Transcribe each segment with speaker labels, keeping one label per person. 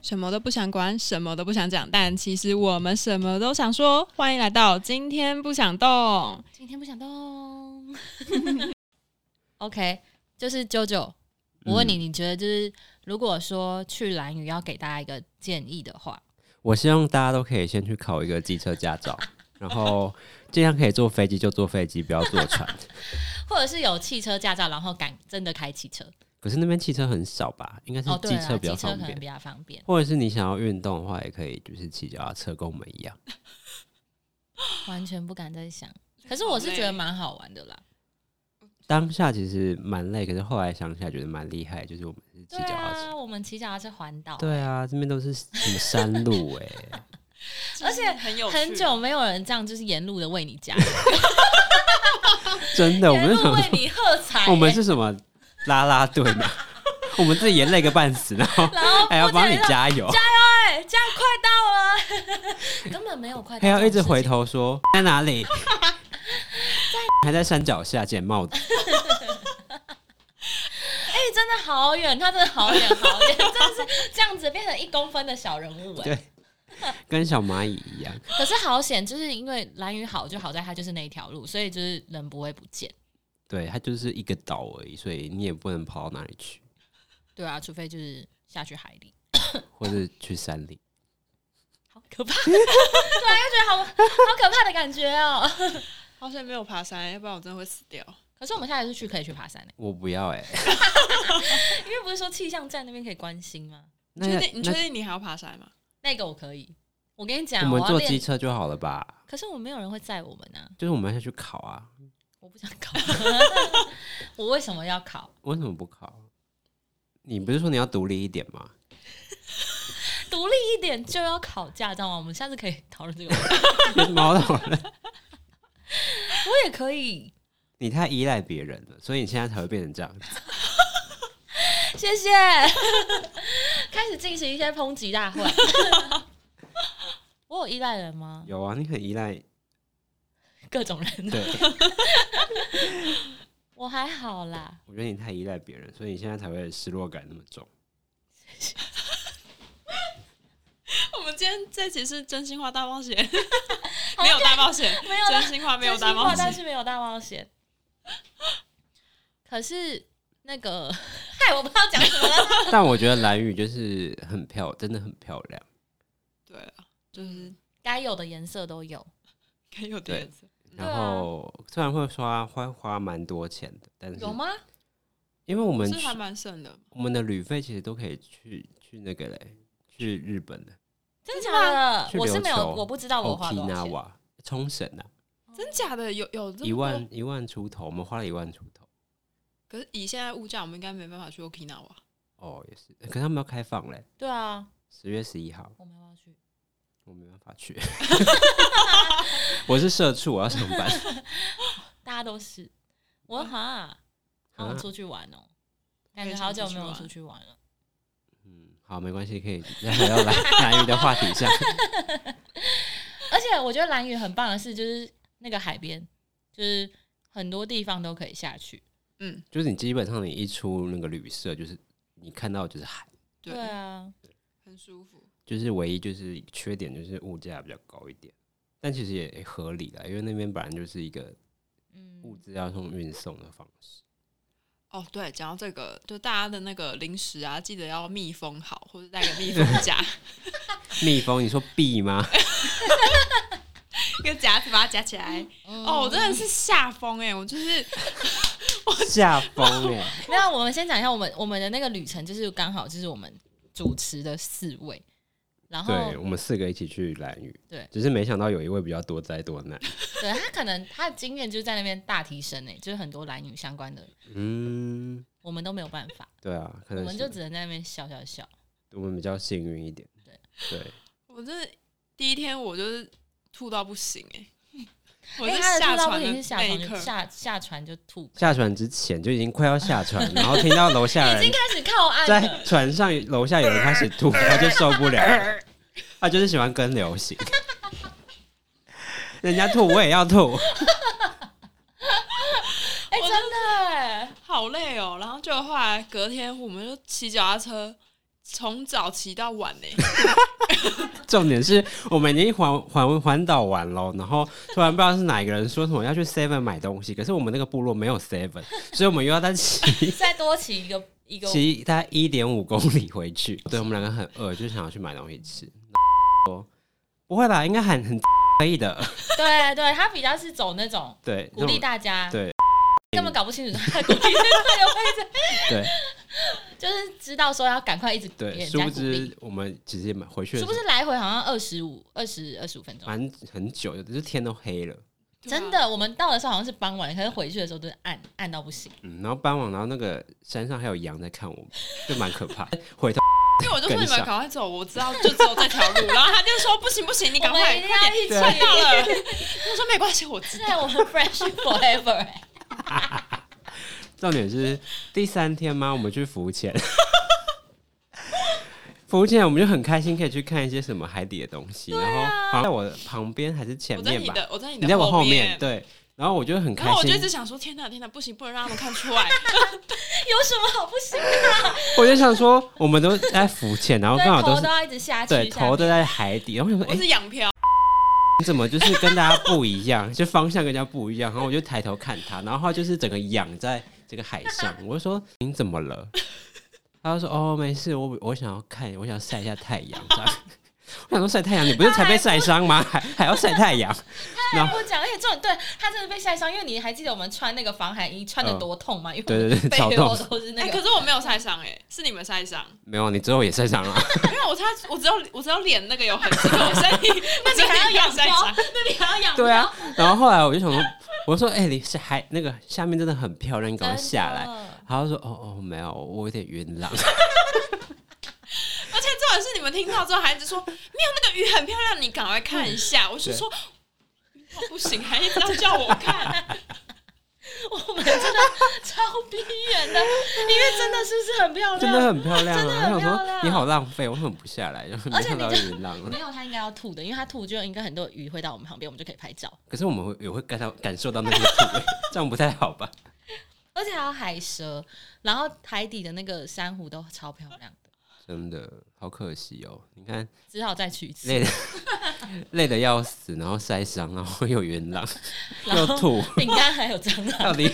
Speaker 1: 什么都不想管，什么都不想讲，但其实我们什么都想说。欢迎来到今天不想动，
Speaker 2: 今天不想动。OK，就是啾啾，我问你，
Speaker 3: 嗯
Speaker 2: 你觉得就是如果说去蓝屿要给大家一个建议的话，
Speaker 3: 我希望大家都可以先去考一个机车 驾照，然后尽量可以坐飞机就坐飞机，不要坐船。
Speaker 2: 或者是有汽车驾照，然后敢真的开汽车？
Speaker 3: 可是那边汽车很少吧？应该是
Speaker 2: 哦，对
Speaker 3: 机
Speaker 2: 啊，
Speaker 3: 车
Speaker 2: 汽
Speaker 3: 比较
Speaker 2: 车
Speaker 3: 方
Speaker 2: 可能
Speaker 3: 便，
Speaker 2: 比较方便。
Speaker 3: 或者是你想要运动的话，也可以就是骑脚踏车，跟我们一样。
Speaker 2: 完全不敢再想，可是我是觉得蛮好玩的啦。
Speaker 3: 当下其实蛮累，可是后来想起来觉得蛮厉害，就是我们是骑
Speaker 2: 对
Speaker 3: 脚踏车。
Speaker 2: 啊，我们骑脚踏车环岛，
Speaker 3: 对啊，这边都是什么山 路哎、
Speaker 2: 而且
Speaker 1: 很有
Speaker 2: 很久没有人这样就是沿路的为你加油，
Speaker 3: 真的，我
Speaker 2: 沿
Speaker 3: 们就
Speaker 2: 路
Speaker 3: 想
Speaker 2: 为
Speaker 3: 说，
Speaker 2: 你喝彩、
Speaker 3: 我们是什么拉拉队 吗？我们自己也累个半死，然后
Speaker 2: 然后
Speaker 3: 还要
Speaker 2: 不
Speaker 3: 帮
Speaker 2: 止
Speaker 3: 你加油，
Speaker 2: 对，哎这样快到了， 根本没有快到，
Speaker 3: 还要一直回。头说在哪里，还在山脚下捡帽子。
Speaker 2: 哎、真的好远，他真的好远好远，真的是这样子变成一公分的小人物哎、
Speaker 3: 对，跟小蚂蚁一样。
Speaker 2: 可是好险，就是因为蓝雨好，就好在它就是那一条路，所以就是人不会不见。
Speaker 3: 对，它就是一个岛而已，所以你也不能跑到哪里去，
Speaker 2: 对啊，除非就是下去海里，
Speaker 3: 或者去山里。
Speaker 2: 好可怕， 突然又觉得好好可怕的感觉哦、
Speaker 1: 好险没有爬山，要不然我真的会死掉。
Speaker 2: 可是我们下一次去可以去爬山、欸，
Speaker 3: 我不要哎、
Speaker 2: 因为不是说气象站那边可以关心吗？
Speaker 1: 你
Speaker 3: 那
Speaker 1: 确定？你确
Speaker 3: 那
Speaker 1: 定你还要爬山吗？
Speaker 2: 那个我可以，我跟你讲，
Speaker 3: 我
Speaker 2: 我
Speaker 3: 们
Speaker 2: 要
Speaker 3: 坐机
Speaker 2: 练，
Speaker 3: 车就好了吧？
Speaker 2: 可是我没有人会载我们啊，
Speaker 3: 就是我们要去考啊，
Speaker 2: 我不想考， 我为什么要考？
Speaker 3: 为什么不考？你不是说你要独立一点吗？
Speaker 2: 独立一点就要考驾照吗？我们下次可以讨论这个问题。
Speaker 3: 有什么好讨论？
Speaker 2: 我也可以，
Speaker 3: 你太依赖别人了，所以你现在才会变成这样子。
Speaker 2: 谢谢。 开始进行一些抨击 大会。我有依赖人吗？
Speaker 3: 有啊，你很依赖。
Speaker 2: 各种人，
Speaker 3: 对，
Speaker 2: 我还好啦。
Speaker 3: 我觉得你太依赖别人，所以你现在才会失落感那么重。
Speaker 1: 我们今天这集是真心话大 冒险，
Speaker 2: 好
Speaker 1: 没有大冒险，
Speaker 2: 哦没有
Speaker 1: 真
Speaker 2: 啦，
Speaker 1: 心话没有
Speaker 2: 真
Speaker 1: 大
Speaker 2: 心
Speaker 1: 冒
Speaker 2: 话
Speaker 1: 险。
Speaker 2: 但是没有大冒险。可是那个， 嗨，我不知道讲什么了。
Speaker 3: 但我觉得蓝雨就是很漂，真的很漂亮。
Speaker 1: 对了，就是
Speaker 2: 该有的颜色都有，
Speaker 1: 该有的
Speaker 3: 对
Speaker 1: 颜色。
Speaker 2: 啊
Speaker 3: 然后虽然会说它会花蛮多钱的，但是
Speaker 2: 有吗？
Speaker 3: 因为我们
Speaker 1: 是
Speaker 3: 去
Speaker 1: 还蛮省的，
Speaker 3: 我们的旅费其实都可以去去那个嘞，去日本的，
Speaker 2: 真的假的？
Speaker 3: 去
Speaker 2: 我
Speaker 3: 琉
Speaker 2: 是
Speaker 3: 球
Speaker 2: 没有，我不知道我花多少钱。
Speaker 3: Okinawa 冲绳啊，
Speaker 1: 真假的有有这么
Speaker 3: 一
Speaker 1: 多
Speaker 3: 万一万出头，我们花了一万出头。
Speaker 1: 可是以现在物价，我们应该没办法去 Okinawa。
Speaker 3: 哦，也是，可是他们要开放嘞，
Speaker 2: 对啊，
Speaker 3: 十月十一号，
Speaker 2: 我们要不要去？
Speaker 3: 我没办法去。 我是社畜，我要上班。
Speaker 2: 大家都是。我哈， 好
Speaker 3: 啊
Speaker 2: 想出去玩哦、感觉好久没有出去玩了。
Speaker 3: 嗯，好，没关系，可以 再回到蓝蓝鱼的话题上。
Speaker 2: 而且我觉得蓝屿很棒的是，就是那个海边，就是很多地方都可以下去。
Speaker 1: 嗯，
Speaker 3: 就是你基本上你一出那个旅社，就是你看到的就是海，
Speaker 1: 对，
Speaker 2: 啊，
Speaker 1: 很舒服。
Speaker 3: 就是唯一就是缺点就是物价比较高一点，但其实也合理啦，因为那边本来就是一个物
Speaker 2: 嗯，
Speaker 3: 资要用运送的方式。
Speaker 1: 哦，对，讲到这个，就大家的那个零食啊，记得要密封好，或者带个密封 夹，
Speaker 3: 蜜蜂，你说币吗？
Speaker 1: 一个夹子把它夹起来。
Speaker 2: 嗯
Speaker 1: 哦，我真的是吓疯哎！我就是
Speaker 3: 下风哎、
Speaker 2: 那我们先讲一下我们我们的那个旅程，就是刚好就是我们主持的四位，然后
Speaker 3: 对我们四个一起去蓝屿，
Speaker 2: 哦对
Speaker 3: 只是没想到有一位比较多灾多难。
Speaker 2: 对他可能他的经验就是在那边大提升呢、欸就是很多蓝屿相关的，
Speaker 3: 嗯，
Speaker 2: 我们都没有办法，
Speaker 3: 对啊，可
Speaker 2: 我
Speaker 3: 能
Speaker 2: 们
Speaker 3: 是
Speaker 2: 就只能在那边笑笑笑。
Speaker 3: 我们比较幸运一点。
Speaker 2: 对
Speaker 3: 对，
Speaker 1: 我真的第一天我就是吐到不行哎、我
Speaker 2: 哎，
Speaker 1: 是
Speaker 2: 他的
Speaker 1: 下
Speaker 2: 吐到不
Speaker 1: 船
Speaker 2: 行是下
Speaker 1: 那
Speaker 2: 船
Speaker 1: 一
Speaker 2: 就
Speaker 1: 刻，
Speaker 2: 下下船就吐，
Speaker 3: 下船之前就已经快要 下船，然后听到楼下
Speaker 2: 已
Speaker 3: 人
Speaker 2: 经开始靠岸
Speaker 3: 在
Speaker 2: 了。
Speaker 3: 船上楼下有人开始 吐，他就受不了了，他就是喜欢跟流行。人家吐我也要吐，
Speaker 2: 哎、
Speaker 1: 我
Speaker 2: 真的哎，
Speaker 1: 好累哦。然后就后来隔天我们就骑脚踏车从早骑到晚欸啊呢、
Speaker 3: 重点是我们已经环环环岛完喽，然后突然不知道是哪一个人说什么要去 Seven 买东西，可是我们那个部落没有 Seven，所以我们又要再骑
Speaker 2: 再多骑一个一个，
Speaker 3: 骑大概一点五公里回去。对我们两个很饿，就想要去买东西吃。说不会啦，应该很 很可以的。
Speaker 2: 对对，他比较是走那种
Speaker 3: 对，
Speaker 2: 鼓励
Speaker 3: 那种
Speaker 2: 大家，
Speaker 3: 对
Speaker 2: 根本搞不清楚他鼓励是这个位置，
Speaker 3: 对
Speaker 2: 就是知道说要赶快一直给
Speaker 3: 对，
Speaker 2: 人
Speaker 3: 殊
Speaker 2: 家
Speaker 3: 不
Speaker 2: 鼓励。
Speaker 3: 知我们其实也哎蛮回去的
Speaker 2: 是
Speaker 3: 时
Speaker 2: 不
Speaker 3: 候
Speaker 2: 是来回好像二十五、二十、二十五
Speaker 1: 哦
Speaker 2: 分钟？
Speaker 3: 蛮很久的，就是天都黑了。
Speaker 1: 对啊
Speaker 2: 真，的，我们到的时候好像是傍晚，可是回去的时候都是暗暗到不行。
Speaker 3: 嗯，然后傍晚，然后那个山上还有羊在看我们，就蛮可怕。回头
Speaker 1: 因为我就说
Speaker 3: 跟
Speaker 1: 你们
Speaker 3: 上
Speaker 1: 赶快走，我知道就只有这条路，然后他就说不行不行，你赶
Speaker 2: 我
Speaker 1: 快
Speaker 2: 们一定
Speaker 1: 快
Speaker 2: 要
Speaker 1: 点，
Speaker 2: 一起
Speaker 3: 对
Speaker 1: 快到了。 我说没关系，我知
Speaker 2: 现在我们 fresh forever，欸
Speaker 3: 重点是第三天吗？我们去浮潜， 浮潜我们就很开心，可以去看一些什么海底的东西。然后好像在我的旁边还是前
Speaker 1: 啊我在
Speaker 3: 面
Speaker 1: 你
Speaker 3: 吧，
Speaker 1: 的，我在你
Speaker 3: 你
Speaker 1: 的
Speaker 3: 在我后
Speaker 1: 面。
Speaker 3: 对。然后我就很
Speaker 1: 然
Speaker 3: 开
Speaker 1: 后我就一直
Speaker 3: 心，
Speaker 1: 想说，天哪，天哪，不行，不能让他们看出来。
Speaker 2: 有什么好不行？啊
Speaker 3: 我就想说，我们都在浮潜，然后
Speaker 2: 对，
Speaker 3: 哦刚好都
Speaker 2: 头
Speaker 3: 是
Speaker 2: 都要一直下去，
Speaker 3: 对
Speaker 2: 下去
Speaker 3: 头都在海底，然后我想说，
Speaker 1: 我
Speaker 3: 哎，
Speaker 1: 是养漂，
Speaker 3: 你怎么就是跟大家不一样， 就方向跟人家不一样？然后我就抬头看他，然后他就是整个仰在这个海上，我就说你怎么了？他就说哦没事，我我想要看，我想要晒一下太阳。这样 我想说晒太阳，你不是才被晒伤 吗？还还要晒太阳？然后
Speaker 2: 不讲，而且这种对他真的被晒伤，因为你还记得我们穿那个防寒衣穿的多痛吗？因为我们
Speaker 3: 嗯对对对
Speaker 2: 背
Speaker 3: 超
Speaker 2: 后
Speaker 3: 痛
Speaker 2: 都是那
Speaker 1: 哎，
Speaker 2: 个。
Speaker 1: 可是我没有晒伤，哎，是你们晒伤，
Speaker 3: 没有，你之后也晒 伤了。
Speaker 1: 因为我他我只有我只有脸那个有痕迹，可我身体
Speaker 2: 那你还要
Speaker 1: 养
Speaker 2: 养
Speaker 1: 晒
Speaker 2: 膘
Speaker 1: 伤，，
Speaker 2: 那你还要养膘
Speaker 3: 对啊，然后后来我就想说，我说哎、你是还那个下面真的很漂亮，你赶快下来
Speaker 2: 真。的
Speaker 3: 然后他说哦哦没有，我有点晕浪。
Speaker 1: 而且重点是你们听到之后还一直说没有那个鱼很漂亮，你赶快看一下。我是说晕到不行，还一直要叫我看。
Speaker 2: 我们真的超逼人的，因为真的是不是很漂亮？
Speaker 3: 真的很漂 亮
Speaker 2: 真的
Speaker 3: 啊！
Speaker 2: 很
Speaker 3: 我想
Speaker 2: 漂
Speaker 3: 说
Speaker 2: 亮
Speaker 3: 你好浪费，我很不下来，然后
Speaker 2: 而且
Speaker 3: 看
Speaker 2: 你
Speaker 3: 到
Speaker 2: 就
Speaker 3: 云浪了
Speaker 2: 没。有他应该要吐的，因为他吐就应该很多鱼会到我们旁边，我们就可以拍照，
Speaker 3: 可是我们会也会感到感受到那些土味，这样不太好吧？
Speaker 2: 而且还有海蛇，然后海底的那个珊瑚都超漂亮的，
Speaker 3: 真的好可惜哦！你看
Speaker 2: 只好再去一次。
Speaker 3: 累的 累的要死，然后晒伤，然后又云 浪，
Speaker 2: 然
Speaker 3: 又
Speaker 2: 后
Speaker 3: 吐，
Speaker 2: 饼干还有蟑螂，
Speaker 3: 到底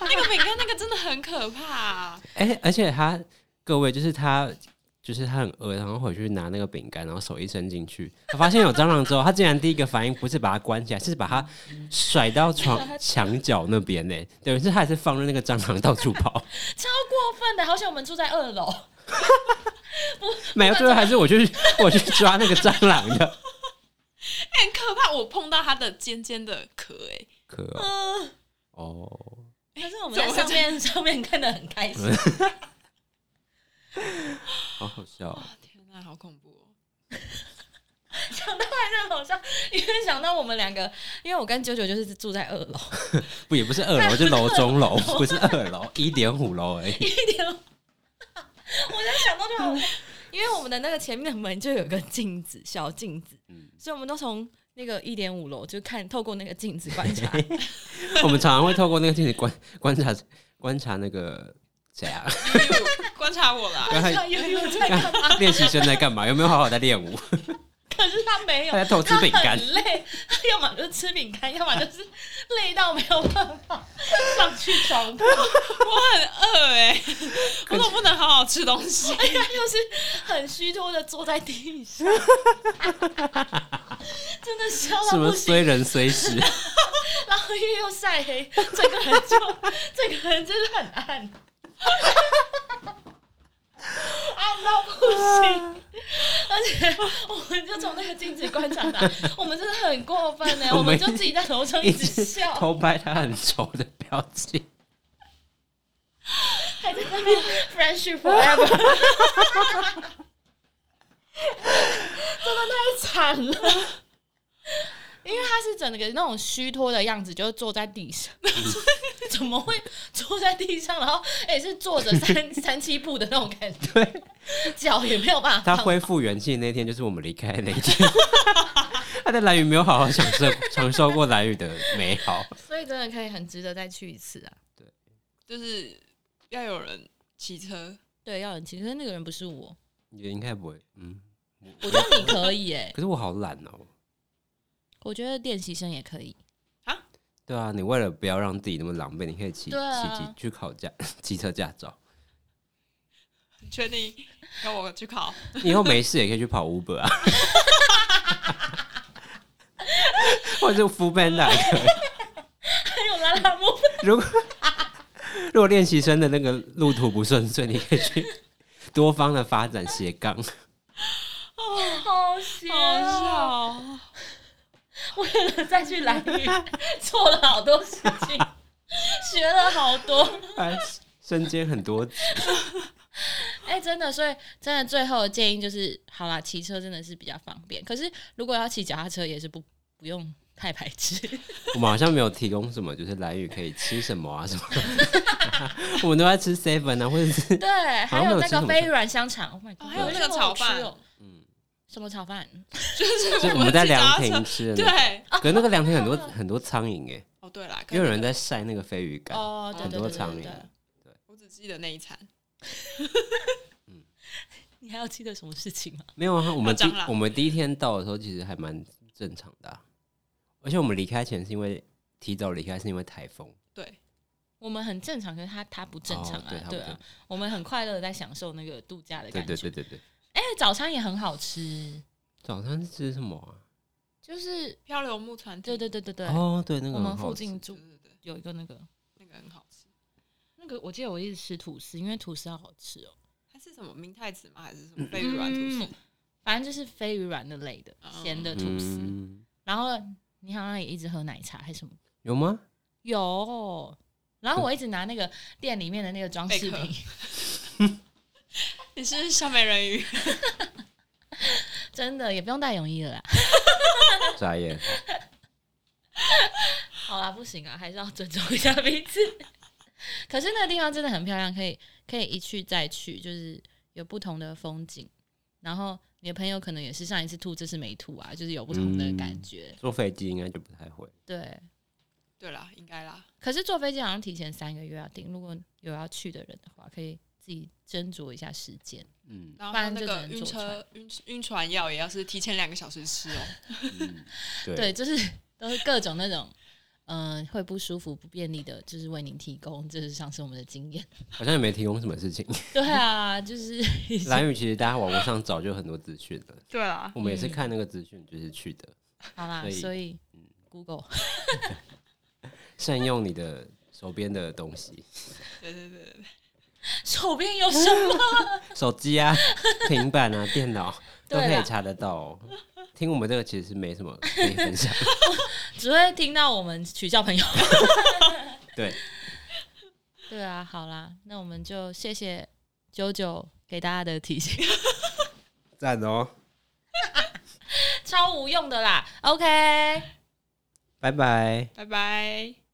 Speaker 1: 那个饼干那个真的很可怕、
Speaker 3: 哎、而且他各位就是他。就是他很饿，然后回去拿那个饼干，然后手一伸进去，他发现有蟑螂之后，他竟然第一个反应不是把它关起来，是把它甩到床 墙角那边呢、等于是他还是放任那个蟑螂到处 跑。
Speaker 2: 超过分的，好像我们住在二楼。
Speaker 3: 没有，最后还是我去我去抓那个蟑螂的
Speaker 1: 哎很可怕。我碰到它的尖尖的壳、哎，
Speaker 3: 壳
Speaker 2: 嗯，
Speaker 3: 哦。
Speaker 2: 可是我们在上面上面看的很开心，
Speaker 3: 嗯好好笑哦！
Speaker 2: 啊
Speaker 1: 天哪、好恐怖、哦！
Speaker 2: 想到还在楼上，因为想到我们两个，因为我跟九九就是住在二楼，
Speaker 3: 不，也不是二楼，是楼中楼，不是二楼，一点五楼而 已。
Speaker 2: 一点，我在想到就好，因为我们的那个前面的门就有个镜子，小镜子，
Speaker 3: 嗯
Speaker 2: 所以我们都从那个一点五楼就看透过那个镜子观察，
Speaker 3: 我们常常会透过那个镜子观观察观察那个谁啊，
Speaker 1: 呦观察我啦，
Speaker 3: 观察
Speaker 2: 有有在看，
Speaker 3: 练习生在干嘛？有没有好好在练舞？
Speaker 2: 可是他没有
Speaker 3: 他，在偷吃
Speaker 2: 他
Speaker 3: 饼干
Speaker 2: 很累，他要么就吃饼干，要么就是累到没有办法上去床铺。
Speaker 1: 我很饿哎、我怎么不能好好吃东西？
Speaker 2: 而且他就是很虚脱的坐在地上，真的笑
Speaker 3: 什
Speaker 2: 到
Speaker 3: 么
Speaker 2: 不行，
Speaker 3: 虽人虽时，
Speaker 2: 然后又又晒黑，整个人就整个人真的很暗，暗到不行。而且我们就从那个镜子观察他，我们真的很过分呢、
Speaker 3: 我们
Speaker 2: 我们就自己在楼上
Speaker 3: 一
Speaker 2: 一直
Speaker 3: 直
Speaker 2: 笑，
Speaker 3: 偷拍他很丑的表情。
Speaker 2: 还在那边 friendship forever，真的太惨了。因为他是整个那种虚脱的样子，就是坐在地 上，怎么会坐在地上？然后也、是坐着 三三七步的那种感觉，
Speaker 3: 对
Speaker 2: 脚也没有办法
Speaker 3: 他
Speaker 2: 放
Speaker 3: 恢复元气那天，就是我们离开的那一 天。他在蓝雨没有好好享受享受过蓝雨的美好。
Speaker 2: 所以真的可以很值得再去一次啊。
Speaker 1: 就是要有人骑车，
Speaker 2: 对，要很清楚，可是那个人不是我，
Speaker 3: 你觉得应该不会，嗯。
Speaker 2: 我觉得你可以哎、
Speaker 3: 可是我好懒哦。
Speaker 2: 我觉得练习生也可以。
Speaker 3: 对啊，你为了不要让自己那么狼狈，你可以骑骑
Speaker 2: 对啊
Speaker 3: 骑去考驾 机车驾照，
Speaker 1: 你确定要我去考？
Speaker 3: 以后没事也可以去跑 Uber 啊， 或者是 f o o p a n d a
Speaker 2: 还有拉拉木，
Speaker 3: 如果如果练习生的那个路途不顺遂，你可以去多方的发展斜杠。
Speaker 2: 好邪
Speaker 1: 好笑
Speaker 2: 哦！
Speaker 1: 哦，
Speaker 2: 为了再去蓝 屿，做了好多事情， 学了好多。
Speaker 3: 哎，身兼很多职，
Speaker 2: 哎、真的，所以真的最后的建议就是，好啦，骑车真的是比较方便。可是如果要骑脚踏车，也是不不用太排斥。
Speaker 3: 我们好像没有提供什么，就是蓝宇可以吃什么啊什么的，我们都在吃 seven 啊，或者是
Speaker 2: 对，还
Speaker 3: 好像没有
Speaker 2: 有那
Speaker 3: 吃什
Speaker 2: 个
Speaker 3: 么
Speaker 2: 飞软香肠，Oh my
Speaker 1: 哦
Speaker 2: god，、
Speaker 1: 还有那个炒饭
Speaker 2: 哦、
Speaker 3: 嗯，
Speaker 2: 什么炒饭？
Speaker 1: 就是
Speaker 3: 就我
Speaker 1: 们
Speaker 3: 们在
Speaker 1: 自己
Speaker 3: 凉
Speaker 1: 搭
Speaker 3: 亭
Speaker 1: 车
Speaker 3: 吃的那个，
Speaker 1: 对，
Speaker 3: 可是那个凉亭很多 很多苍蝇哎，
Speaker 1: 哦对啦，
Speaker 3: 因为有人
Speaker 1: 在，
Speaker 3: 在晒那个飞鱼干，
Speaker 2: 哦，对
Speaker 3: 很
Speaker 2: 对
Speaker 3: 多
Speaker 2: 对对
Speaker 3: 苍
Speaker 2: 对
Speaker 3: 蝇
Speaker 2: 对。
Speaker 1: 我只记得那一餐，
Speaker 2: 你还要记得什么事情吗？
Speaker 3: 没有啊，我们第
Speaker 1: 蟑螂
Speaker 3: 我们第一天到的时候其实还蛮正常的啊、而且我们离开前是因为提早离开是因为台风，
Speaker 1: 对，
Speaker 2: 我们很正常，可是他他不正常
Speaker 3: 哦
Speaker 2: 啊，
Speaker 3: 对他不
Speaker 2: 对啊
Speaker 3: 正常，
Speaker 2: 我们很快乐的在享受那个度假的
Speaker 3: 对
Speaker 2: 感觉。
Speaker 3: 对对对对。
Speaker 2: 哎、早餐也很好吃，
Speaker 3: 早餐是吃什么啊？
Speaker 2: 就是
Speaker 1: 漂流木船
Speaker 2: 对
Speaker 1: 对
Speaker 2: 对对对对，
Speaker 3: 哦，对，那个
Speaker 2: 我们
Speaker 3: 很好
Speaker 2: 附
Speaker 3: 吃
Speaker 2: 近
Speaker 1: 对
Speaker 2: 住
Speaker 1: 对对，
Speaker 2: 有一个那个
Speaker 1: 那个很好吃。
Speaker 2: 那个，我记得我一直吃吐司，因为吐司好好吃哦。
Speaker 1: 它是什么明太子吗？还是什么贝鱼软吐司
Speaker 2: 嗯？反正就是飞鱼软的类的
Speaker 1: 哦
Speaker 2: 咸的吐司，
Speaker 3: 嗯
Speaker 2: 然后你好像也一直喝奶茶还是什么？
Speaker 3: 有吗？
Speaker 2: 有。然后我一直拿那个店里面的那个装
Speaker 1: 贝
Speaker 2: 饰
Speaker 1: 壳
Speaker 2: 品，
Speaker 1: 你是小美人鱼，
Speaker 2: 真的也不用带泳衣了啦。
Speaker 3: 眨眼，
Speaker 2: 好啦，不行啊，还是要尊重一下彼此。 可是那个地方真的很漂亮，可以可以一去再去，就是有不同的风景。然后你的朋友可能也是上一次吐，这次没吐啊，就是有不同
Speaker 3: 嗯
Speaker 2: 的感觉。
Speaker 3: 坐飞机应该就不太会。
Speaker 2: 对，
Speaker 1: 对啦，应该啦，
Speaker 2: 可是坐飞机好像提前三个月要订，如果有要去的人的话，可以自己斟酌一下时间。
Speaker 3: 嗯，
Speaker 1: 然后
Speaker 2: 不然
Speaker 1: 那
Speaker 2: 就只
Speaker 1: 个
Speaker 2: 能
Speaker 1: 晕
Speaker 2: 坐船
Speaker 1: 车晕晕船药也要是提前两个小时吃哦，
Speaker 3: 嗯
Speaker 2: 对，
Speaker 3: 对，
Speaker 2: 就是都是各种那种。嗯、会不舒服、不便利的，就是为您提供，这是上次我们的经 验。
Speaker 3: 好像也没提供什么 事情。
Speaker 2: 对啊，就是已经
Speaker 3: 蓝宇其实大家网络上早就很多资讯了，
Speaker 1: 对啦，
Speaker 3: 我们也是看那个资讯就是去的，
Speaker 2: 好啦
Speaker 3: 所，以
Speaker 2: 所以
Speaker 3: 嗯
Speaker 2: Google
Speaker 3: 善用你的手边的东西，
Speaker 1: 对对对对对，
Speaker 2: 手边有什么？
Speaker 3: 手机啊、平板啊、电脑都可
Speaker 2: 对
Speaker 3: 以
Speaker 2: 啦
Speaker 3: 查得到哦。听我们这个其实是没什么可以 分享，
Speaker 2: 只会听到我们取笑朋 友。
Speaker 3: 对，
Speaker 2: 对啊，好啦，那我们就谢谢九九给大家的提醒，
Speaker 3: 赞哦，
Speaker 2: 超无用的啦。OK，
Speaker 3: 拜拜。
Speaker 1: 拜拜。